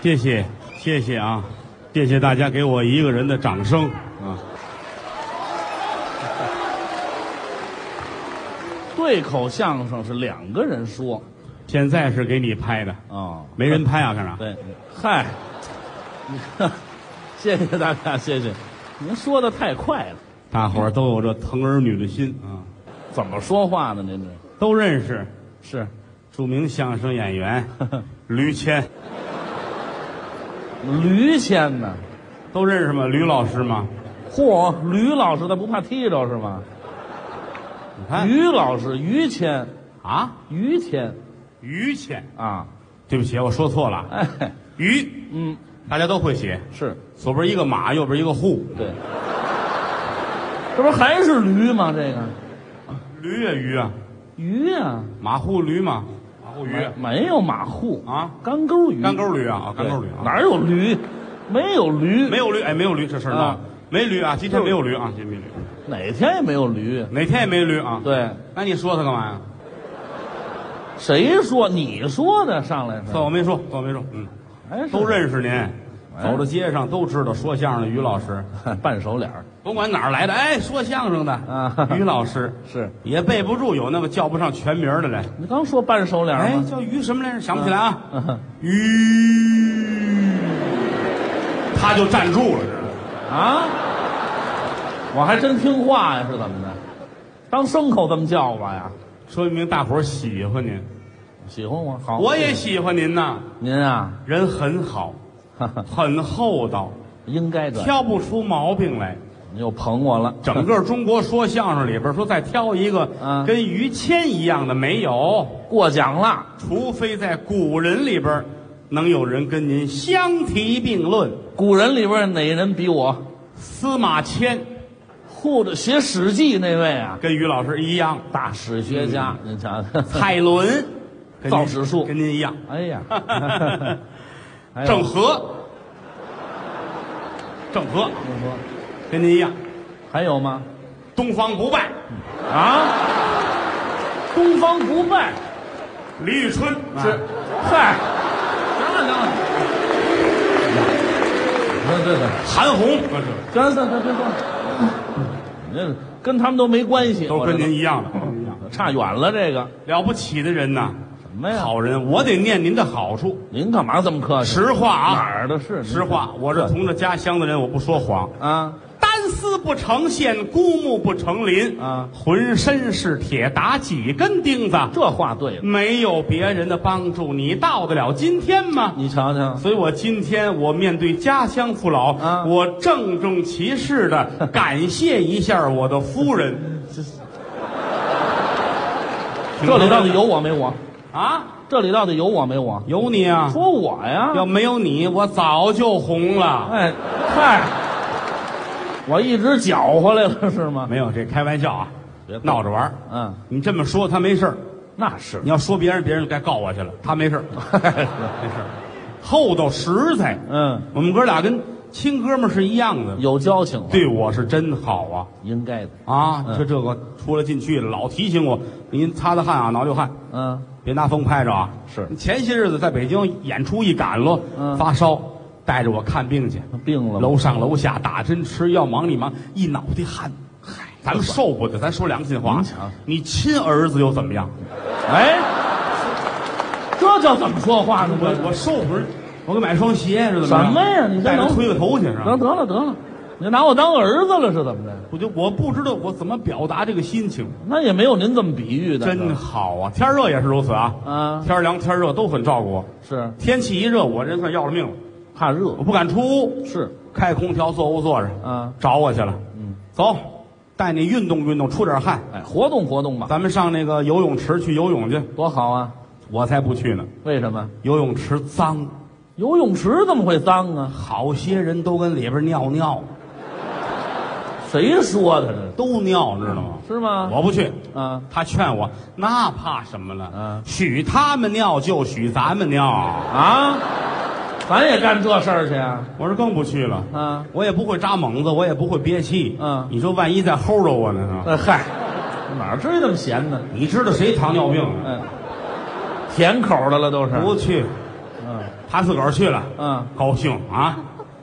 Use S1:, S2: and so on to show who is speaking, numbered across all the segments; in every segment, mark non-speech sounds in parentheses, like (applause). S1: 谢谢，谢谢啊，谢谢大家给我一个人的掌声啊！
S2: 对口相声是两个人说
S1: 现在是给你拍的，
S2: 啊，
S1: 没人拍啊，看啥？
S2: 对，嗨，你看，谢谢大家，谢谢，您说的太快了，
S1: 大伙儿都有这疼儿女的心啊，
S2: 怎么说话呢？您这
S1: 都认识
S2: 是，
S1: 著名相声演 (laughs) 员吕谦，
S2: 驴先呢？
S1: 都认识吗？吕老师吗？
S2: 嚯，驴老师他不怕踢着是吗？
S1: 你看
S2: 于老师，于谦，
S1: 哎啊，
S2: 于谦
S1: 于谦，
S2: 啊，
S1: 对不起，我说错了，
S2: 哎，
S1: 于，
S2: 嗯，
S1: 大家都会写，
S2: 是
S1: 左边一个马，右边一个户，
S2: 对，这不还是驴吗？这个
S1: 驴呀驴啊，
S2: 鱼啊，
S1: 马户驴嘛，马户驴
S2: 没没有马户
S1: 啊，
S2: 干沟鱼，
S1: 干沟驴啊，啊干沟驴
S2: 对
S1: 啊，
S2: 哪有驴？没有驴，
S1: (laughs) 没有驴，哎，没有驴，这事儿闹
S2: 啊
S1: 了，没驴啊，今天没有驴啊，今天没驴，
S2: 哪天也没有驴。
S1: 哪天也没驴啊。，
S2: 对，
S1: 那你说他干嘛呀？
S2: 谁说你说的上来是？
S1: 算我没说，算我没说，嗯，
S2: 还是
S1: 都认识
S2: 哎
S1: 您。走到街上都知道说相声的于老师，
S2: 半熟脸儿
S1: 甭管哪儿来的，哎，说相声的
S2: 啊
S1: 于老师
S2: 是。
S1: 也背不住，有那么叫不上全名儿的来。
S2: 你刚说半熟脸儿
S1: 哎，
S2: 吗？
S1: 叫于什么来着？想不起来啊。
S2: 嗯哼
S1: 于，他就站住了，知道吗
S2: 啊，我还真听话呀，是怎么的？当牲口这么叫我呀？
S1: 说明大伙儿喜欢您，
S2: 喜欢我好，
S1: 我也喜欢您呐。
S2: 您啊， (laughs)
S1: 人很好，
S2: 哈哈，
S1: 很厚道，
S2: 应该的，
S1: 挑不出毛病来。
S2: 你又捧我了，
S1: 整个中国说相声里边说再挑一个
S2: 嗯
S1: 跟于谦一样的没有，
S2: (laughs) 过奖了，
S1: 除非在古人里边能有人跟您相提并论。
S2: 古人里边哪人比我？
S1: 司马迁
S2: 或者写《史记》那位啊，
S1: 跟于老师一样，
S2: 大史学家，
S1: 嗯
S2: 您瞧瞧，
S1: 蔡伦跟您
S2: 嗯造纸术
S1: 跟您一样，
S2: (laughs) 哎呀，哎呦
S1: 郑和，郑和
S2: 你说
S1: 跟您一样，
S2: 还有吗？
S1: 东方不败，
S2: 啊，东方不败
S1: 李宇春
S2: 是
S1: 啊，
S2: 嗨，行了行了，对对对。
S1: 韩红，啊是
S2: 行了，行了，别说了，那跟他们都没关系，
S1: 都跟您
S2: 我
S1: 一样的跟您一样
S2: 这差远了。这个
S1: 了不起的人呐，
S2: 什么呀？
S1: 好人，我得念您的好处。
S2: 您干嘛这么客气？
S1: 实话啊，
S2: 哪儿的是
S1: 实话，我这
S2: 这
S1: 同着家乡的人，我不说谎。
S2: 啊，
S1: 单丝不成线，孤木不成林
S2: 啊
S1: 浑身是铁，打几根钉子，
S2: 这话对了，
S1: 没有别人的帮助，你到得了今天吗？
S2: 你瞧瞧，
S1: 所以我今天我面对家乡父老，
S2: 啊
S1: 我郑重其事的
S2: (laughs)
S1: 感谢一下我的夫人。
S2: 这里到底有我没我？
S1: 啊？
S2: 这里到底有我没我？
S1: 有你啊！
S2: 说我
S1: (laughs)
S2: 呀？
S1: 要没有你，我早就红了。
S2: 哎嗨，我一直搅和来了是吗？
S1: 没有，这开玩笑啊
S2: 别，
S1: 闹着玩儿。
S2: 嗯，
S1: 你这么说他没事儿，
S2: 那是
S1: 你要说别人，别人就该告我去了。他 (laughs) 没事儿，没事儿，厚道实在。
S2: 嗯，
S1: 我们哥俩跟亲哥们儿是一样的，
S2: 有交情了，
S1: 对我是真好啊
S2: 应该的。
S1: 啊！
S2: 嗯
S1: 这这个出来进去了，老提醒我，您擦擦汗啊，挠挠汗，
S2: 嗯，
S1: 别拿风拍着啊。
S2: 是
S1: 前些日子在北京演出一赶了，
S2: 嗯
S1: 发烧，带着我看病去，
S2: 病了吗
S1: 楼上楼下打针吃药，忙里忙，一脑袋汗。嗨，咱们受不得，咱说良心话
S2: 您瞧，
S1: 你亲儿子又怎么样？
S2: 哎，这叫怎么说话呢？
S1: 我我受不了，我给买双鞋是怎么着？
S2: 什么呀你这
S1: 带着
S2: 能
S1: 推个头去啊是吧？
S2: 得得了得了，你拿我当儿子了是怎么的？
S1: 我就我不知道我怎么表达这个心情，
S2: 那也没有您这么比喻的，
S1: 真好啊！天热也是如此啊，
S2: 啊
S1: 天凉天热都很照顾我。
S2: 是
S1: 天气一热，我人算要了命了，
S2: 怕热
S1: 我不敢出屋，
S2: 是
S1: 开空调坐屋坐着，
S2: 啊，
S1: 找我去了。
S2: 嗯，
S1: 走，带你运动运动，出点汗。
S2: 哎，活动活动吧，
S1: 咱们上那个游泳池去游泳去，
S2: 多好啊！
S1: 我才不去呢。
S2: 为什么
S1: 游泳池脏，
S2: 游泳池怎么会脏啊？
S1: 好些人都跟里边尿尿，
S2: 谁说的这
S1: 都尿，知道吗？
S2: 是吗？
S1: 我不去，
S2: 啊，
S1: 他劝我，那怕什么了？
S2: 嗯
S1: 许他们尿就许咱们尿。
S2: 啊，咱也干这事儿去啊？
S1: 我说更不去了，
S2: 啊，
S1: 我也不会扎猛子，我也不会憋气。
S2: 嗯
S1: 你说万一再齁着我呢？
S2: 呃嗨，哪至于那么闲呢？哎
S1: 你知道谁糖尿病啊？
S2: 嗯，甜口的了都是，
S1: 不去，
S2: 嗯
S1: 他自个儿去了，
S2: 嗯，
S1: 高兴啊，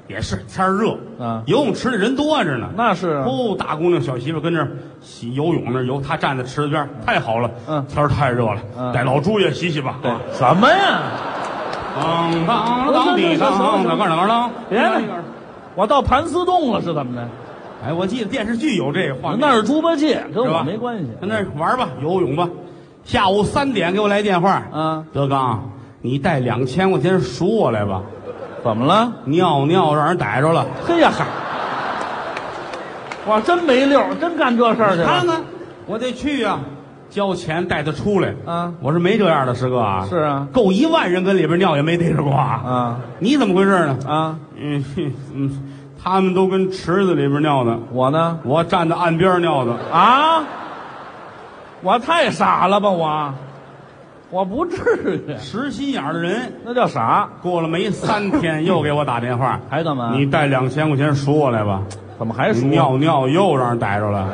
S1: 也是天儿热，
S2: 嗯
S1: 游泳池里人多着呢，
S2: 那是啊
S1: 哦，大姑娘小媳妇跟那儿洗游泳那儿游，她站在池子边儿，太好了，
S2: 嗯
S1: 天儿太热了，
S2: 嗯
S1: 带老朱也洗洗吧，啊，
S2: 什么呀？
S1: 当当当滴当当当当当，
S2: 别了，我到盘丝洞了是怎么着？
S1: 哎，我记得电视剧有这个画面，
S2: 那是猪八戒，跟
S1: 是
S2: 我
S1: 吧
S2: 没关系。
S1: 跟那儿玩吧，游泳吧，下午三点给我来电话，
S2: 啊，
S1: 德刚，你带两千块钱赎我来吧，
S2: 怎么了？
S1: 尿尿让人逮着了，
S2: 嘿呀嗨！我真没溜儿，真干这事儿去
S1: 看
S2: 了。
S1: 看，我得去呀、交钱带他出来，
S2: 啊
S1: 我说没这样的，师哥啊，
S2: 是啊
S1: 够一万人跟里边尿也没逮着过啊。
S2: 啊
S1: 你怎么回事呢？
S2: 啊！
S1: 嗯哼嗯，他们都跟池子里边尿呢，
S2: 我呢？
S1: 我站在岸边尿的。
S2: 啊！我太傻了吧我！我不至于，
S1: 实心眼儿的人，
S2: 那叫傻。
S1: 过了没三天又给我打电话，
S2: 还干嘛？
S1: 你带两千块钱赎我来吧。
S2: 怎么还
S1: 你
S2: 输？
S1: 尿尿又让人逮着了，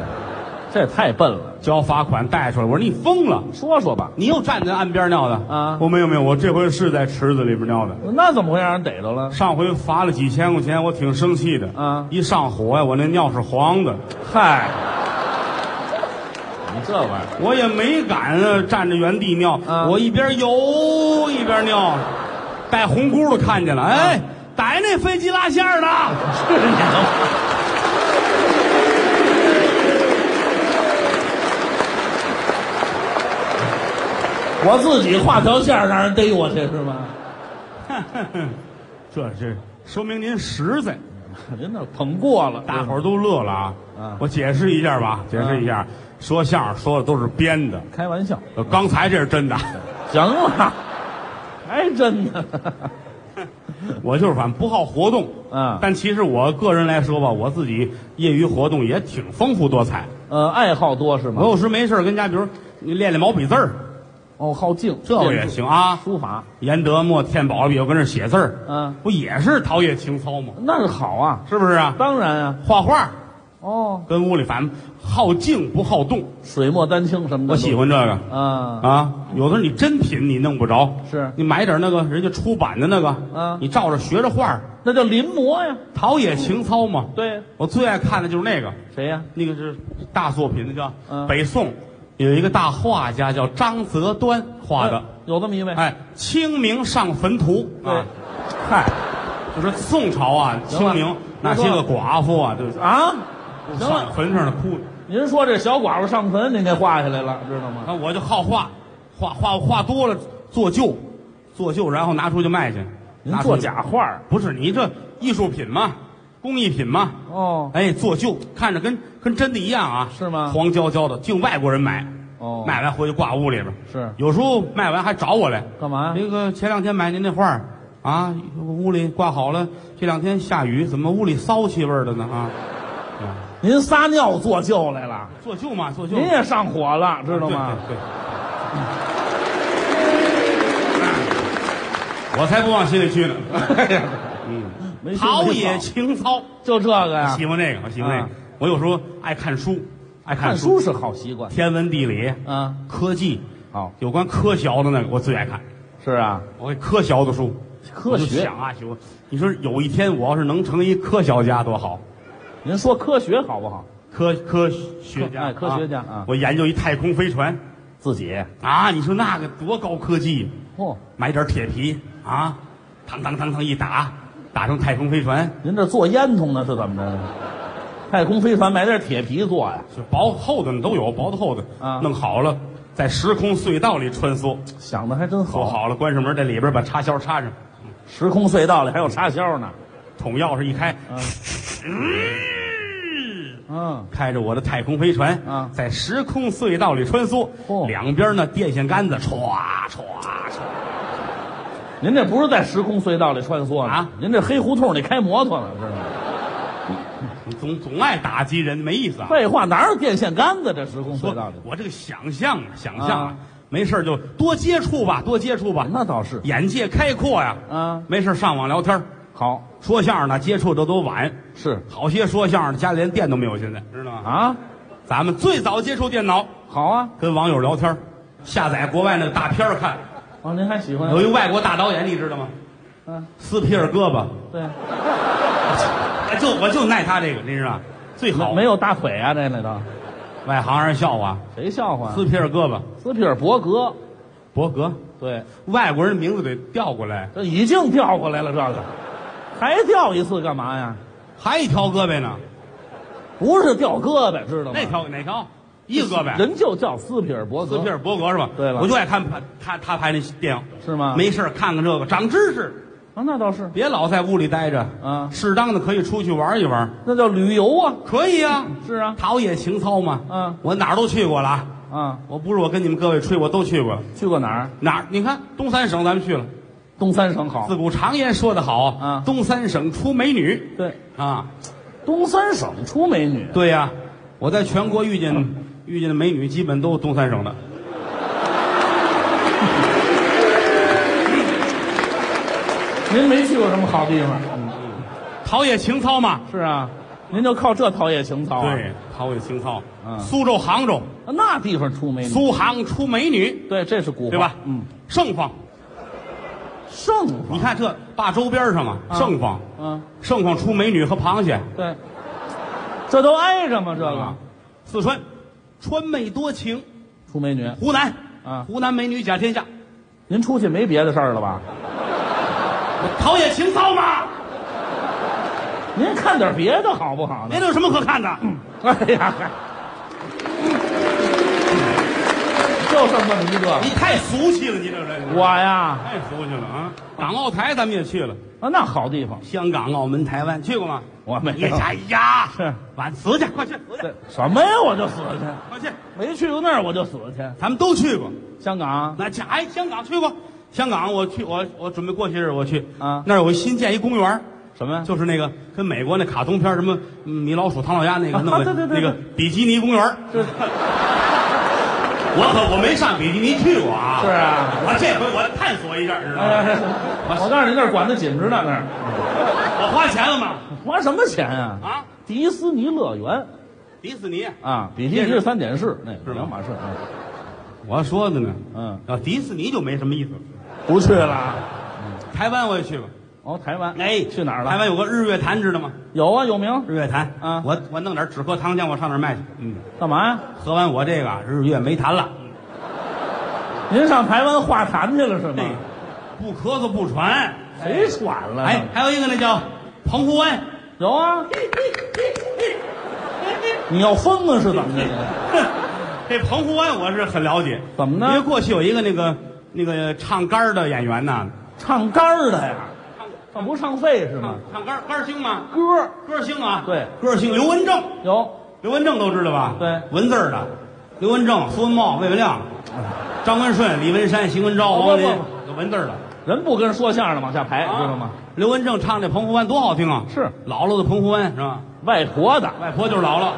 S2: 这也太笨了。
S1: 交罚款带出来。我说你疯了，
S2: 说说吧，
S1: 你又站在岸边尿的
S2: 啊
S1: 我没有没有，我这回是在池子里边尿的。
S2: 那怎么会让人逮着了？
S1: 上回罚了几千块钱，我挺生气的。
S2: 啊
S1: 一上火呀，我那尿是黄的，
S2: 嗨，你这玩意儿， (laughs)
S1: 我也没敢啊，站着原地尿，
S2: 啊
S1: 我一边游一边尿，带红箍的看见了，
S2: 啊
S1: 哎，逮那飞机拉线儿的， (laughs)
S2: 是你的我自己画条线儿让人逮我去是吗？
S1: 这是说明您实在，
S2: 您那捧过了，
S1: 大伙儿都乐了啊。
S2: 嗯啊
S1: 我解释一下吧，解释一下，说相声说的都是编的，
S2: 开玩笑，
S1: 呃刚才这是真
S2: (laughs)
S1: 的，
S2: 行了，还真的，
S1: 我就是反正不好活动。
S2: 啊
S1: 但其实我个人来说吧，我自己业余活动也挺丰富多彩。
S2: 呃，爱好多是
S1: 我
S2: 吗？
S1: 有时没事儿跟家，比如你练练毛笔字儿，
S2: 哦，好静，
S1: 这也行啊。
S2: 书法，
S1: 严德墨、天宝笔，我跟这写字儿，
S2: 嗯，
S1: 不也是陶冶情操吗？
S2: 那是好啊，
S1: 是不是啊？
S2: 当然啊，
S1: 画画
S2: 哦，
S1: 跟屋里反正好静不好动，
S2: 水墨丹青什么的，
S1: 我喜欢这个
S2: 啊，
S1: 啊。有的时候你真品你弄不着，
S2: 是
S1: 你买点那个人家出版的那个，
S2: 嗯
S1: 你照着学着画，
S2: 那叫临摹呀，
S1: 陶冶情操嘛。
S2: 对，
S1: 我最爱看的就是那个，
S2: 谁呀？
S1: 那个是大作品，那叫、
S2: 嗯
S1: 北宋有一个大画家叫张择端画的，
S2: 哎有这么一位，
S1: 哎，《清明上坟图》
S2: 对
S1: 啊，嗨，就说宋朝啊，
S2: 行了
S1: 清明那
S2: 别
S1: 些个
S2: 说了
S1: 寡妇啊，就是
S2: 啊，行
S1: 上
S2: 了，
S1: 坟上的哭。
S2: 您说这小寡妇上坟，您给画下来了，知道吗？
S1: 啊，我就好画，画画画多了做旧，做旧然后拿出去卖去。
S2: 您
S1: 拿出
S2: 做
S1: 去
S2: 假画儿
S1: 不是你这艺术品嘛，工艺品嘛，
S2: 哦
S1: 哎，做旧看着跟跟真的一样啊，
S2: 是吗
S1: 黄焦焦的，净外国人买，
S2: 哦，
S1: 卖完回去挂屋里边。
S2: 是
S1: 有时候卖完还找我来，
S2: 干嘛呀？
S1: 那个前两天买您那画儿啊，屋里挂好了，这两天下雨，怎么屋里骚气味儿的呢？啊，啊
S2: 您撒尿做旧来了，
S1: 做旧嘛，做旧，
S2: 您也上火了，知道吗？
S1: 对？对嗯对我才不往心里去
S2: (laughs)
S1: 呢。嗯，
S2: 没哎心没
S1: 陶
S2: 肺
S1: 冶情操，
S2: 就这个呀，
S1: 喜欢这个，我喜欢这
S2: 啊
S1: 个。我有时候爱看书，爱
S2: 看
S1: 书，
S2: 书是好习惯
S1: 天文地理、
S2: 啊。
S1: 科技，
S2: 好，
S1: 有关科学的那个我最爱看。
S2: 是啊，
S1: 我科学的书，
S2: 科
S1: 我就
S2: 学
S1: 想，啊，我你说有一天我要是能成一科学家多好，
S2: 您说科学好不好？
S1: 科科学家，
S2: 哎科学家啊
S1: 我研究一太空飞船
S2: 自己，
S1: 啊，你说那个多高科技呀！啊
S2: 哦，
S1: 买点铁皮啊，嘡嘡嘡嘡一打，打成太空飞船，
S2: 您这做烟囱呢是怎么着？太空飞船买点铁皮做呀？
S1: 就薄厚的都有，薄的厚的，
S2: 啊
S1: 弄好了，在时空隧道里穿梭，
S2: 想的还真
S1: 做
S2: 好。
S1: 好了，关上门，在里边把插销插上，
S2: 时空隧道里还有插销呢。啊
S1: 捅钥匙一开，
S2: 嗯，
S1: 开着我的太空飞船，
S2: 啊
S1: 在时空隧道里穿梭，
S2: 嚯
S1: 两边呢电线杆子歘歘歘，
S2: 您这不是在时空隧道里穿梭呢
S1: 啊？
S2: 您这黑胡同里开摩托呢，知道吗？
S1: 你总总爱打击人，没意思啊。
S2: 废话，哪有电线杆子？这时空隧
S1: 说
S2: 道里，
S1: 我这个想象啊，想象啊
S2: 啊，
S1: 没事儿就多接触吧，多接触吧，
S2: 那倒是
S1: 眼界开阔呀。
S2: 啊，
S1: 没事上网聊天儿
S2: 好
S1: 说相声的接触的都晚，
S2: 是
S1: 好些说相声的家里连电都没有，现在知道吗？
S2: 啊，
S1: 咱们最早接触电脑，
S2: 好啊，
S1: 跟网友聊天儿下载国外那个大片儿看，
S2: 哦，您还喜欢？
S1: 有一外国大导演，你知道吗？
S2: 嗯，
S1: 斯皮尔胳膊，
S2: 对，
S1: 哎就我就耐他这个，您知道吗最好
S2: 没没有大腿啊，这里头
S1: 外行人笑话，
S2: 谁笑话？
S1: 斯皮尔胳膊，
S2: 斯皮尔伯格，
S1: 伯格，
S2: 对，
S1: 外国人名字得调过来，
S2: 这已经调过来了，这个还调一次干嘛呀？
S1: 还一条胳膊呢，
S2: 不是掉胳膊，知道吗？
S1: 那条哪条？一个胳膊，
S2: 人就叫斯皮尔伯格，
S1: 斯皮尔伯格是吧？
S2: 对了
S1: 我就爱看他他他拍那电影，
S2: 是吗？
S1: 没事儿看看这个，长知识，
S2: 啊，那倒是
S1: 别老在屋里待着，
S2: 啊，
S1: 适当的可以出去玩一玩，
S2: 那叫旅游啊，
S1: 可以啊，
S2: 是啊，
S1: 陶冶情操嘛。
S2: 嗯，
S1: 我哪儿都去过了啊，
S2: 啊，
S1: 我不是我跟你们各位吹，我都去过了。
S2: 去过哪儿？
S1: 哪儿？你看东三省咱们去了。
S2: 东三省好
S1: 自，古常言说得好，
S2: 啊
S1: 东三省出美女
S2: 对，
S1: 啊，
S2: 东三省出美女，
S1: 对呀、我在全国遇见、
S2: 嗯
S1: 遇见的美女，基本都是东三省的。
S2: 您没去过什么好地方？
S1: 嗯陶冶情操嘛，
S2: 是啊，您就靠这陶冶情操啊。
S1: 对，陶冶情操。
S2: 嗯
S1: 苏州、杭州，
S2: 对，那地方出美女，
S1: 苏杭出美女，
S2: 对，这是古话
S1: 对吧？
S2: 嗯，
S1: 盛况，
S2: 盛
S1: 你
S2: 况，
S1: 看这坝周边上啊，
S2: 啊
S1: 盛况，
S2: 嗯，
S1: 盛况出美女和螃蟹。
S2: 对，这都挨着吗？这
S1: 啊
S2: 个
S1: 四川，川妹多情。
S2: 出美女，
S1: 湖南，
S2: 啊
S1: 湖南美女甲天下，
S2: 您出去没别的事儿了吧？
S1: 陶冶情操嘛，
S2: 您看点别的好不好呢 (laughs)
S1: 别？的有什么可看的？
S2: 哎呀，嗨就这么一个
S1: 你太俗气了，你这人，
S2: 我呀，
S1: 太俗气了啊！港澳台咱们也去了，
S2: 啊，那好地方，
S1: 香港、澳门、台湾去过吗？
S2: 我没
S1: 也
S2: 有
S1: 哎呀，
S2: 是
S1: (laughs) 晚死去，快去，死去，
S2: 这什么呀？我就死去，
S1: 快去，
S2: 没去过那儿我就死去。
S1: 咱们都去过。
S2: 香港
S1: 那家哎，香港去过，香港我去，我我准备过些日我去
S2: 啊
S1: 那儿有新建一公园儿。
S2: 什么呀？
S1: 就是那个跟美国那卡通片儿什么嗯米老鼠、唐老鸭那个
S2: 啊
S1: 弄的
S2: 对对对
S1: 那个比基尼公园儿
S2: 这
S1: 我可我没上比基尼去过啊。
S2: 是啊
S1: 我这回我探索一下，知道
S2: 哎
S1: 吗？
S2: 我告诉你，那儿管得紧着呢，那儿
S1: 我花钱了吗？
S2: 花什么钱啊？
S1: 啊，
S2: 迪斯尼乐园
S1: 迪士尼。
S2: 啊，比基尼是三点式，那
S1: 是吗
S2: 是两码事啊。
S1: 我说的呢，
S2: 嗯，
S1: 啊，迪士尼就没什么意思了。
S2: 不去了。
S1: 台湾我也去过，
S2: 哦，台湾，
S1: 哎，
S2: 去哪儿
S1: 台
S2: 了？
S1: 湾有个日月潭，知道吗？
S2: 有啊，有名。
S1: 日月潭
S2: 啊
S1: 我我弄点止咳糖浆，我上那儿卖去。嗯，
S2: 干嘛呀？
S1: 喝完我这个日月没痰了，
S2: 您上台湾画坛去了是
S1: 哎
S2: 吗？，
S1: 不咳嗽不喘。
S2: 谁喘了？
S1: 哎，，还有一个那叫澎湖湾，
S2: 有啊。你要疯啊？是怎么的？
S1: (laughs) 这澎湖湾我是很了解，
S2: 怎么呢
S1: 因为过去有一个那个那个唱杆儿的演员呐，
S2: 唱杆儿的呀？
S1: 唱
S2: 唱不唱肺是吗
S1: 唱？啊唱杆儿杆儿星嘛，
S2: 嗯歌
S1: 歌星啊，
S2: 对，
S1: 歌星刘文正，
S2: 有，
S1: 刘文正都知道吧？
S2: 对
S1: 文字儿的，刘文正、苏文茂、魏文亮、张文顺、李文山、邢文昭、
S2: 哦不不
S1: 王林
S2: 不，
S1: 有文字儿的，
S2: 人不跟说相声的往下排，知道吗
S1: 啊？？刘文正唱这《澎湖湾》多好听啊！
S2: 是
S1: 姥姥的澎湖湾是吧？
S2: 外活的，
S1: 外婆就是姥姥，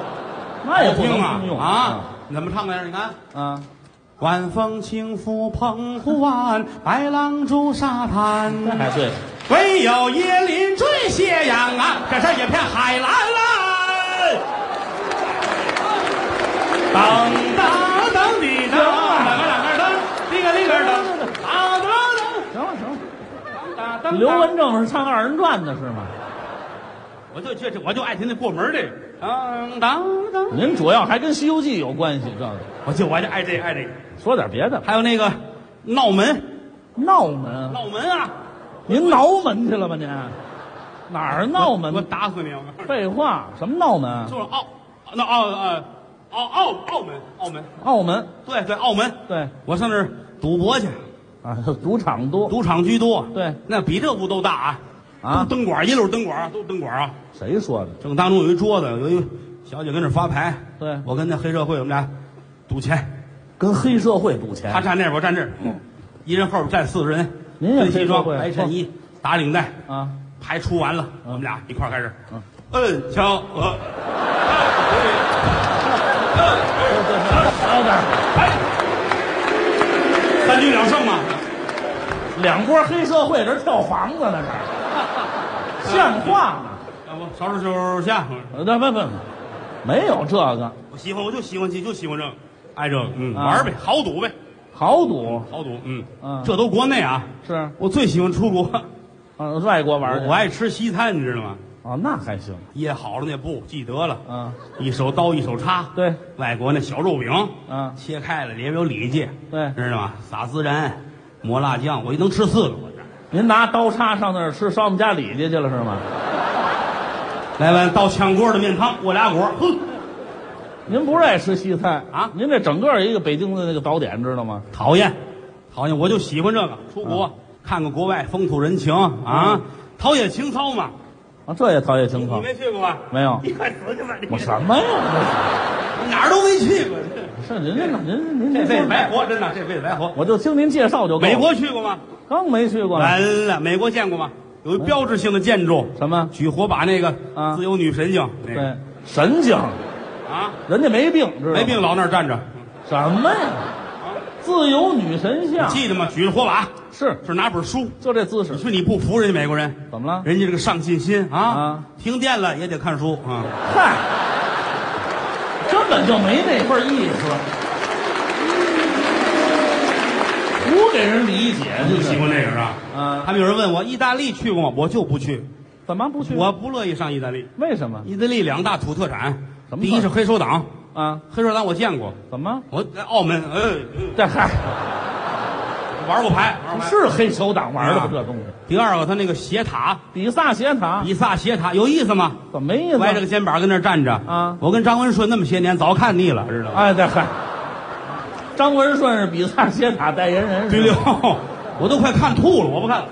S2: 那哎也不能
S1: 好
S2: 通
S1: 听
S2: 用嗯
S1: 啊！啊，你怎么唱来着？你看。
S2: 啊！
S1: 晚风轻拂澎湖湾，白浪逐沙滩。 (laughs)
S2: 哎，对，
S1: 唯有椰林缀斜阳啊，这是一片海蓝啊蓝。当当当滴当，啷个啷个当，滴个滴个当，当当
S2: 行了行了，
S1: 当当当。
S2: 刘，文正是唱二人转的是吗？
S1: 我就这我就爱听那过门这个，当当当。
S2: 您主要还跟《西游记》有关系，这个
S1: 我就我就爱这爱这个，
S2: 说点别的。
S1: 还有那个闹门
S2: 闹门，
S1: 闹门啊，
S2: 您挠门去了吧您？哪儿闹
S1: 我
S2: 门？
S1: 打死你！我告诉你
S2: 废话，什么闹门？
S1: 就是澳，那澳呃，澳澳澳门，澳门，
S2: 澳门，
S1: 对对，澳门。
S2: 对
S1: 我上那儿赌博去，
S2: 啊，赌场多，
S1: 赌场居多。
S2: 对，
S1: 那比这屋都大啊！
S2: 啊
S1: 都灯管一溜灯管啊，都灯管啊。
S2: 谁说的？
S1: 正当中有一桌子，有一小姐跟那儿发牌。
S2: 对
S1: 我跟那黑社会我们俩赌钱，
S2: 跟黑社会赌
S1: 他
S2: 钱
S1: 站那儿，我站这儿，一人后边站四个人，
S2: 嗯您也
S1: 分西装、
S2: 黑社会
S1: 白衬衣、打领带，
S2: 啊？
S1: 牌出完了，我们俩一块儿开始
S2: 嗯。
S1: 嗯，瞧，呃，
S2: 还有点
S1: 三局两胜嘛。
S2: 两拨黑社会这跳房子呢，这是像话吗？
S1: 要不少数手下。
S2: 呃，不不，没有这个，
S1: 我喜欢，我就喜欢，就喜欢这个，爱这个，嗯，
S2: 啊
S1: 玩儿呗，豪赌呗，
S2: 豪赌
S1: 豪赌，嗯
S2: 嗯
S1: 这都国内啊，
S2: 是啊，
S1: 我最喜欢出国，
S2: 外国玩儿去
S1: 我爱吃西餐，你知道吗？
S2: 哦，那还行，
S1: 掖好了那布，记得了，
S2: 嗯，
S1: 一手刀一手叉，
S2: 对，
S1: 外国那小肉饼，
S2: 嗯，
S1: 切开了里边有里脊，
S2: 对
S1: 知道吗？撒孜然，抹辣酱，我一能吃四个，我这。
S2: 您拿刀叉上那儿吃烧我们家里脊去了是吗？
S1: 来碗倒炝锅的面汤，过俩果，哼，
S2: 您不是爱吃西餐
S1: 啊
S2: 您这整个一个北京的那个早点知道吗？
S1: 讨厌，讨厌，我就喜欢这个，出国、
S2: 嗯
S1: 看看国外风土人情啊，陶冶情操嘛。
S2: 啊，这也陶冶情
S1: 你
S2: 操，
S1: 没去过吧？
S2: 没有
S1: 你快死去吧！你
S2: 我什么呀？
S1: 哪儿都没去过，
S2: 是您这您您
S1: 这
S2: 这
S1: 辈子白活，真的，这辈子白活。
S2: 我就听您介绍就够了
S1: 美国去过吗？
S2: 刚没去
S1: 啊
S2: 过呢，
S1: 完了，美国见过吗？有一标志性的建筑，
S2: 什么？
S1: 举火把那个
S2: 啊
S1: 自由女神像，那个
S2: 对，神经，
S1: 啊，
S2: 人家没病，知道吗
S1: 没病老那儿站着，
S2: 什么呀？自由女神像
S1: 记得吗？举着火把
S2: 是
S1: 是拿本书，
S2: 就这姿势
S1: 你，说你不服人家美国人，
S2: 怎么了？
S1: 人家这个上进心啊，
S2: 啊
S1: 停电了也得看书啊，
S2: 嗨，根本就没那份意思，不给人理解，
S1: 就
S2: 真
S1: 喜
S2: 是
S1: 欢这个是吧？
S2: 啊
S1: 他们有人问我意大利去过吗？我就不去，
S2: 怎么不去？
S1: 我不乐意上意大利。
S2: 为什么
S1: 意大利两大土特产，
S2: 什么
S1: 第一是黑手党，
S2: 啊？
S1: 黑手党我见过，
S2: 怎么？
S1: 我在澳门，呃，呃
S2: 这嗨，
S1: 玩过牌，玩过牌。
S2: 是黑手党玩的
S1: 啊
S2: 吗？这东西，
S1: 第二个，他那个斜塔，
S2: 比萨斜塔
S1: 比萨斜塔有意思吗？
S2: 怎么没意思？
S1: 歪着个肩膀跟那儿站着
S2: 啊
S1: 我跟张文顺那么些年，早看腻了，知道吗？
S2: 哎，这嗨，张文顺是比萨斜塔代言人，
S1: 对六，我都快看吐了，我不看了。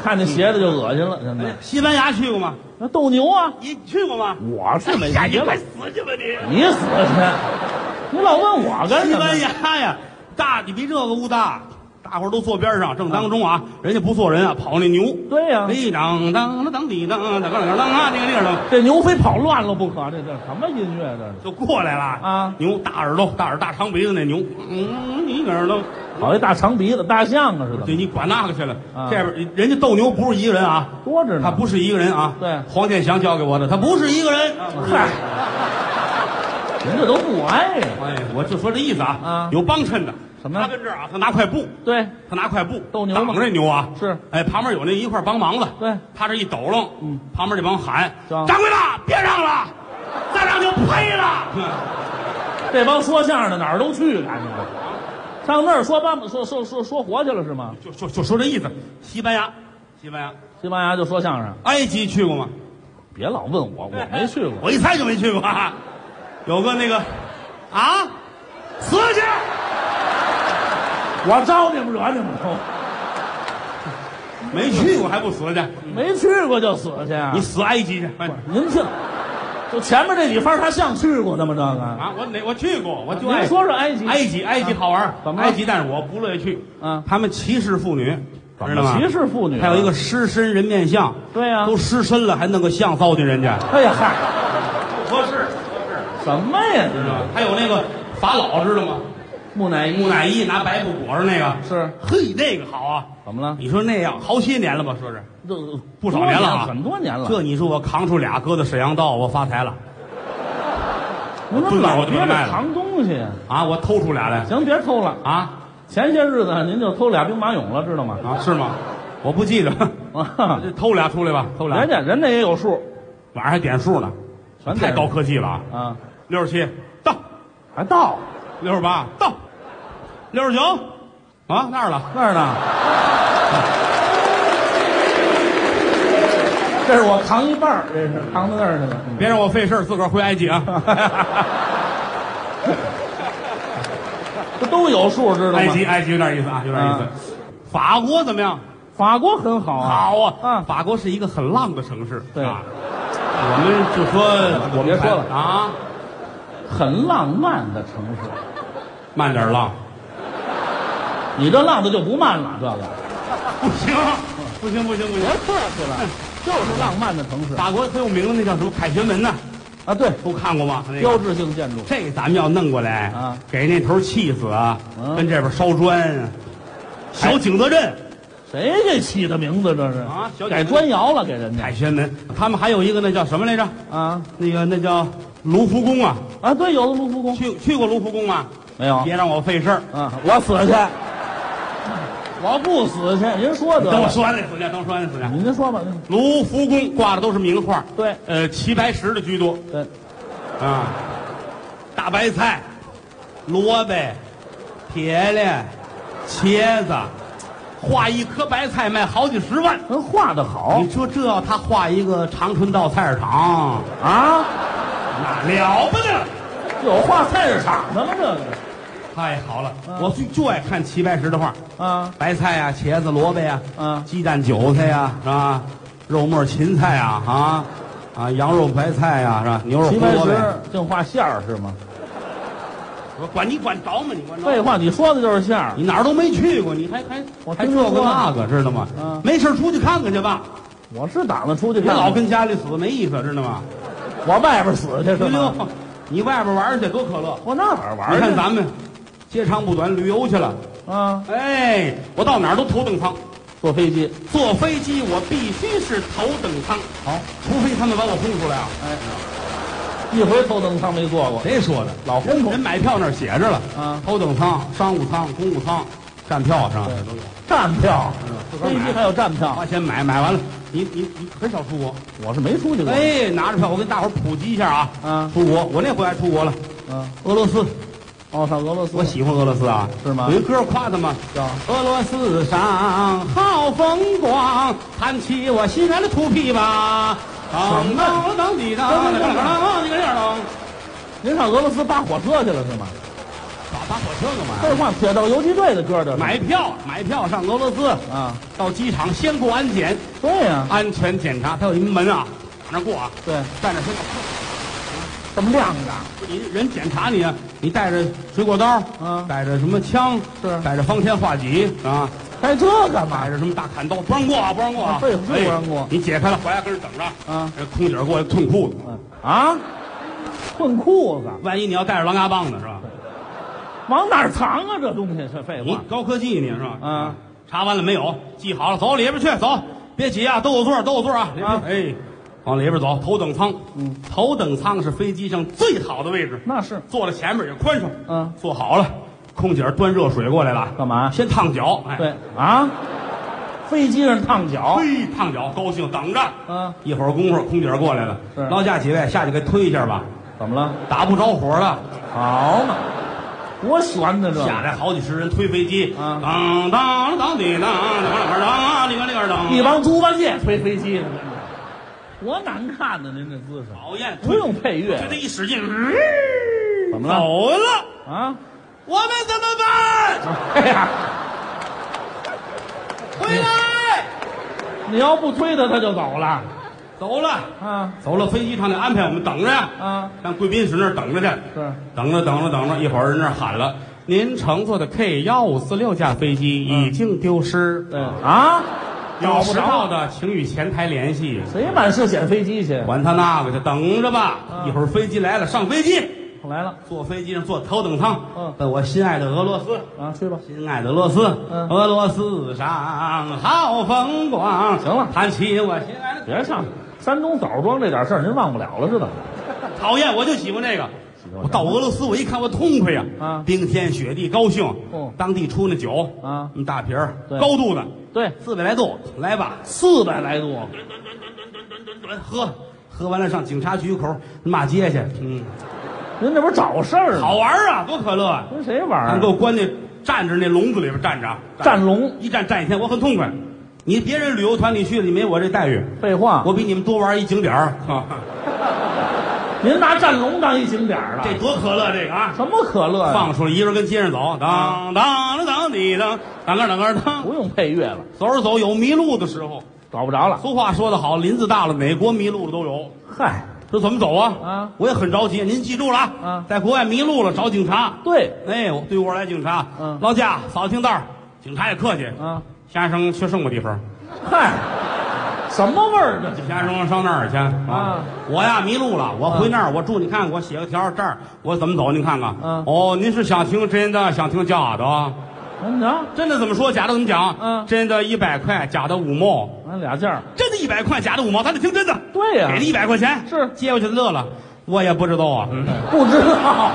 S2: 看见鞋的就恶心了，真
S1: 哎
S2: 的
S1: 呀。西班牙去过吗？
S2: 那斗牛啊，
S1: 你去过吗？
S2: 我是没
S1: 哎呀，你
S2: 去过
S1: 快死去吧你！
S2: 你死去！你老问我干
S1: 西
S2: 什
S1: 班
S2: 么？
S1: 牙呀，大你比这个屋大，大伙儿都坐边上，正当中啊，人家不坐人啊，跑那牛。
S2: 对呀、
S1: 哎，当当当当滴当当当当当啊，那个地儿当
S2: 这牛非跑乱了不可，这这什么音乐这是？
S1: 就过来了
S2: 啊
S1: 牛大耳朵，大耳大长鼻子那牛，嗯，一个耳朵，
S2: 跑一大长鼻子大象啊似
S1: 对
S2: 的，
S1: 你管那个去了。
S2: 啊
S1: 这边人家斗牛不是一个人啊，
S2: 多着呢。
S1: 他不是一个人啊。
S2: 对
S1: 黄健翔教给我的，他不是一个人。啊
S2: 嗨，人家都不挨呀。
S1: 哎，我就说这意思啊，
S2: 啊
S1: 有帮衬的。
S2: 什么
S1: 他跟这儿啊，他拿块布，
S2: 对，
S1: 他拿块布
S2: 斗牛
S1: 挡
S2: 嘛
S1: 着这牛啊。
S2: 是
S1: 哎，旁边有那一块帮忙的，
S2: 对，
S1: 他这一抖楞，嗯，旁边这帮喊：“
S2: 张
S1: 掌柜的，别让了，再让就赔了。 (laughs) 嗯”
S2: 这帮说相声的哪儿都去，感觉上那儿说八说说说说活去了是吗？
S1: 就就就说这意思。西班牙，西班牙，
S2: 西班牙就说相声，
S1: 埃及去过吗？
S2: 别老问我，我没去过。
S1: 我一猜就没去过。啊有个那个，啊，死去！
S2: 我招你们惹你们了？
S1: 没去过还不死去？
S2: 没去过就死去啊
S1: 你！死埃及去！哎
S2: 您听，就前面这几番他像去过的吗？这个，
S1: 啊，我哪我去过，我就爱
S2: 您说说埃及，
S1: 埃及，埃及好玩。
S2: 怎么了
S1: 埃及，但是我不乐意去。
S2: 嗯
S1: 他们歧视妇女，知道吗？
S2: 歧。视妇女，啊
S1: 还有一个，狮身人面像，
S2: 对啊呀
S1: 都狮身了还弄个像糟践人家，
S2: 哎呀嗨，
S1: 不合适，
S2: 什么呀？
S1: 知道吗？还有那个法老，知道吗？
S2: 木乃伊
S1: 木乃伊拿白布裹着那个，
S2: 是
S1: 嘿，那个好啊！
S2: 怎么了？
S1: 你说那样好些年了吧？说是
S2: 这
S1: 不少年了啊，
S2: 很多年了。
S1: 这你说我扛出俩搁到沈阳道，我发财了
S2: 您怎么老憋着藏东西？
S1: 啊！我偷出俩来
S2: 行，别偷了。
S1: 啊
S2: 前些日子您就偷俩兵马俑了，知道吗？
S1: 啊，是吗？我不记得， (laughs)
S2: 啊，
S1: 这偷俩出来吧，偷俩
S2: 人，家人家也有数，
S1: 晚上还点数呢，
S2: 全
S1: 太
S2: 点
S1: 高科技了啊！
S2: 啊，
S1: 六十七到，
S2: 还到
S1: 六十八到，六十九啊那儿了，
S2: 那儿呢。这是我扛一半儿，这是扛到那儿去了。
S1: 别让我费事儿自个儿回埃及
S2: (laughs)
S1: 啊！
S2: 这都有数，知道吗？
S1: 埃及埃及有点意思啊，有点意
S2: 啊
S1: 思。法国怎么样？
S2: 法国很好啊，
S1: 好啊，
S2: 啊
S1: 法国是一个很浪的城市，
S2: 对
S1: 啊我们就说我们
S2: 别说了
S1: 啊，
S2: 很浪漫的城市。
S1: 慢点儿浪，
S2: 你这浪的就不慢了，这个
S1: 不行，不行，不行，不
S2: 别
S1: 行。
S2: 客气了，就是浪漫的城市
S1: 法国很有名的那叫什么凯旋门呢？
S2: 啊。对，
S1: 都看过吗？那个
S2: 标志性建筑，
S1: 这个咱们要弄过来
S2: 啊，
S1: 给那头气死啊！
S2: 嗯
S1: 跟这边烧砖啊，小景德镇
S2: 谁给起的名字这是
S1: 啊小姐
S2: 改砖窑了，给人家
S1: 凯旋门，他们还有一个那叫什么来着？
S2: 啊
S1: 那个那叫卢浮宫啊，
S2: 啊，对，有的卢浮宫
S1: 去去过卢浮宫吗？
S2: 没有
S1: 别让我费事儿。
S2: 嗯，我死去，我不死去。您说得
S1: 等我
S2: 了，
S1: 说完再死去，等我说完再死去。
S2: 您说吧。
S1: 卢浮宫挂的都是名画，
S2: 对
S1: 呃，齐白石的居多
S2: 对，
S1: 啊，大白菜、萝卜、铁链、茄子，画一颗白菜卖好几十万。
S2: 人画的好
S1: 你说这要他画一个长春道菜市场，
S2: 啊，
S1: 那了不得！
S2: 有画菜市场的吗？这个
S1: 太好了，
S2: 嗯
S1: 我就就爱看齐白石的画，
S2: 啊，
S1: 白菜啊、茄子、萝卜呀、
S2: 嗯
S1: 鸡蛋、韭菜呀、是吧？肉末、芹菜呀、啊，啊羊肉、白菜呀、是吧？牛肉、胡
S2: 齐白
S1: 萝卜呀。
S2: 石净画馅儿是吗？
S1: 我管你管着吗？你管着吗？
S2: 废话，你说的就是馅儿。
S1: 你哪儿都没去过，你还还
S2: 我
S1: 还
S2: 听
S1: 这
S2: 说
S1: 个
S2: 过
S1: 那个，知道吗？
S2: 嗯
S1: 没事儿出去看看去吧，
S2: 我是打算出去
S1: 别
S2: 看看，
S1: 老跟家里死没意思，知道吗？
S2: 我外边死去是
S1: 溜
S2: 吗？
S1: 溜，你外边玩儿去多可乐！
S2: 我那哪儿玩
S1: 你
S2: 儿
S1: 看
S2: 去？
S1: 咱们接长不短，旅游去了。
S2: 啊，
S1: 哎，我到哪儿都头等舱，
S2: 坐飞机。
S1: 坐飞机我必须是头等舱，
S2: 好，
S1: 除非他们把我轰出来啊！
S2: 哎，一回头等舱没坐过。
S1: 谁说的？
S2: 老轰出
S1: 人买票那儿写着了
S2: 啊
S1: 头等舱、商务舱、公务舱，站票上
S2: 对站票
S1: 嗯，自个儿
S2: 飞
S1: 买
S2: 机还有站票，
S1: 花钱买，买完了你你你很少出国。
S2: 我是没出去过。
S1: 哎，拿着票，我跟大伙儿普及一下啊。
S2: 啊
S1: 出国，我那回还出国了，
S2: 嗯，
S1: 俄罗斯，
S2: 哦，上俄罗斯，啊
S1: 我喜欢俄罗斯啊。
S2: 是吗
S1: 有一歌夸他嘛，
S2: 叫
S1: 俄罗斯上好风光，弹起我心爱的土琵琶。
S2: 什么
S1: 当当滴当
S2: 等等
S1: 当
S2: 等等
S1: 当滴当
S2: 您上俄罗斯扒火车去了是吗？
S1: 打打火车干嘛
S2: 废
S1: 呀？
S2: 话，铁道游击队的歌这是
S1: 买票，买票上俄罗斯，
S2: 啊，
S1: 到机场先过安检，
S2: 对呀、
S1: 安全检查，它有一门啊，往那儿过啊，
S2: 对，
S1: 站着先过。
S2: 这么亮的，
S1: 你人检查你啊，你带着水果刀，
S2: 嗯
S1: 带着什么枪，
S2: 是
S1: 带着方天画戟啊，
S2: 开这干嘛
S1: 带
S2: 呀？
S1: 着什么大砍刀，不让过啊，不让过啊，
S2: 啊废话
S1: 哎
S2: 不让过
S1: 你解开了，回来跟这儿等着
S2: 啊，
S1: 这空姐儿过来褪裤子，
S2: 啊，混裤子，
S1: 万一你要带着狼牙棒呢，是吧？
S2: 往哪儿藏啊？这东西是废
S1: 你
S2: 话。
S1: 高科技你是吧？
S2: 嗯，
S1: 查完了没有？记好了，走里边去，走，别挤啊，都有座儿，都有座儿啊，里边
S2: 啊
S1: 哎，往里边走，头等舱，嗯，头等舱是飞机上最好的位置，
S2: 那是
S1: 坐在前面也宽敞，
S2: 嗯，
S1: 坐好了，空姐儿端热水过来了，
S2: 干嘛？
S1: 先烫脚，哎，
S2: 对啊，飞机上烫脚，
S1: 嘿，烫脚，高兴，等着。
S2: 嗯，
S1: 一会儿功夫，空姐儿过来了，
S2: 是
S1: 劳驾几位下去给推一下吧，
S2: 怎么了？
S1: 打不着火了，
S2: 好嘛，多悬呢这
S1: 下
S2: 个，
S1: 来好几十人推飞机，
S2: 啊
S1: 当当当滴当当当当里边里边当，
S2: 一帮猪八戒推飞机呢，多难看呢！您这姿势
S1: 讨厌，
S2: 不用配乐
S1: 推这一使劲，
S2: 怎么了
S1: 走了，
S2: 啊！ (laughs)
S1: 我们怎么办？
S2: 哎呀，
S1: 回来，
S2: 你要不推他，他就走了
S1: 走了，
S2: 啊
S1: 走了，飞机上得安排我们等着呀，
S2: 啊！
S1: 上贵宾室那儿等着去，
S2: 是
S1: 等着等着等着，一会儿人那儿喊了。您乘坐的 K 幺五四六架飞机已经丢失，
S2: 嗯对啊，
S1: 有
S2: 找不
S1: 时候
S2: 着，
S1: 的，请与前台联系。
S2: 谁满世捡飞机去？
S1: 管他那个去，等着吧。
S2: 嗯
S1: 一会儿飞机来了，上飞机，
S2: 来了
S1: 坐飞机上坐头等舱。
S2: 嗯
S1: 奔我心爱的俄罗斯，
S2: 啊，去吧。
S1: 心爱的俄罗斯，
S2: 嗯
S1: 俄罗斯上好风光。
S2: 行了
S1: 弹起我心爱的，
S2: 别唱山东枣庄这点事儿，您忘不了了是吧？
S1: 讨厌，我就喜欢这个。
S2: 欢
S1: 我到俄罗斯，我一看我痛快呀！
S2: 啊
S1: 冰天雪地，高兴。
S2: 哦
S1: 当地出那酒
S2: 啊
S1: 那么大瓶儿，
S2: 对
S1: 高度的，
S2: 对，
S1: 四百来度，来吧，
S2: 四百来度，啊
S1: 喝。喝完了上警察局口骂街去，嗯，
S2: 您这不是找事儿呢？
S1: 好玩儿啊，多可乐啊！
S2: 跟谁玩
S1: 反正
S2: 儿
S1: 给
S2: 啊？
S1: 我关那站着那笼子里边站着啊，
S2: 战龙，
S1: 一站站一天，我很痛快。你别人旅游团你去了，你没我这待遇，
S2: 废话，
S1: 我比你们多玩一景点儿、啊，
S2: 您拿战龙当一景点儿了
S1: 这，多可乐这个啊！
S2: 什么可乐呀？
S1: 放出来，一人跟街上走，当当当当滴当，当个当个当，
S2: 不用配乐了，
S1: 走着走有迷路的时候。
S2: 找不着了。
S1: 俗话说得好，林子大了，哪国迷路了都有。
S2: 嗨，
S1: 这怎么走啊？
S2: 啊，
S1: 我也很着急，您记住了
S2: 啊
S1: 在国外迷路了找警察。
S2: 对，
S1: 哎，我对我来警察，
S2: 嗯
S1: 劳驾扫清道儿，警察也客气，
S2: 啊，
S1: 先生去什么地方？
S2: 嗨，什么味儿这是？
S1: 先生上那儿去啊
S2: 啊！
S1: 我呀迷路了，我回那儿，我住，你看我写个条儿，这儿我怎么走？您看看。
S2: 嗯
S1: 哦，您是想听真的，想听假的啊？
S2: 您瞧，
S1: 真的怎么说？假的怎么讲？
S2: 嗯
S1: 真的一百块，假的五毛。
S2: 俺俩价儿。
S1: 真的一百块，假的五毛，咱得听真的。
S2: 对呀
S1: 给了一百块钱，
S2: 是
S1: 接过去乐了，我也不知道啊。嗯
S2: 不知道，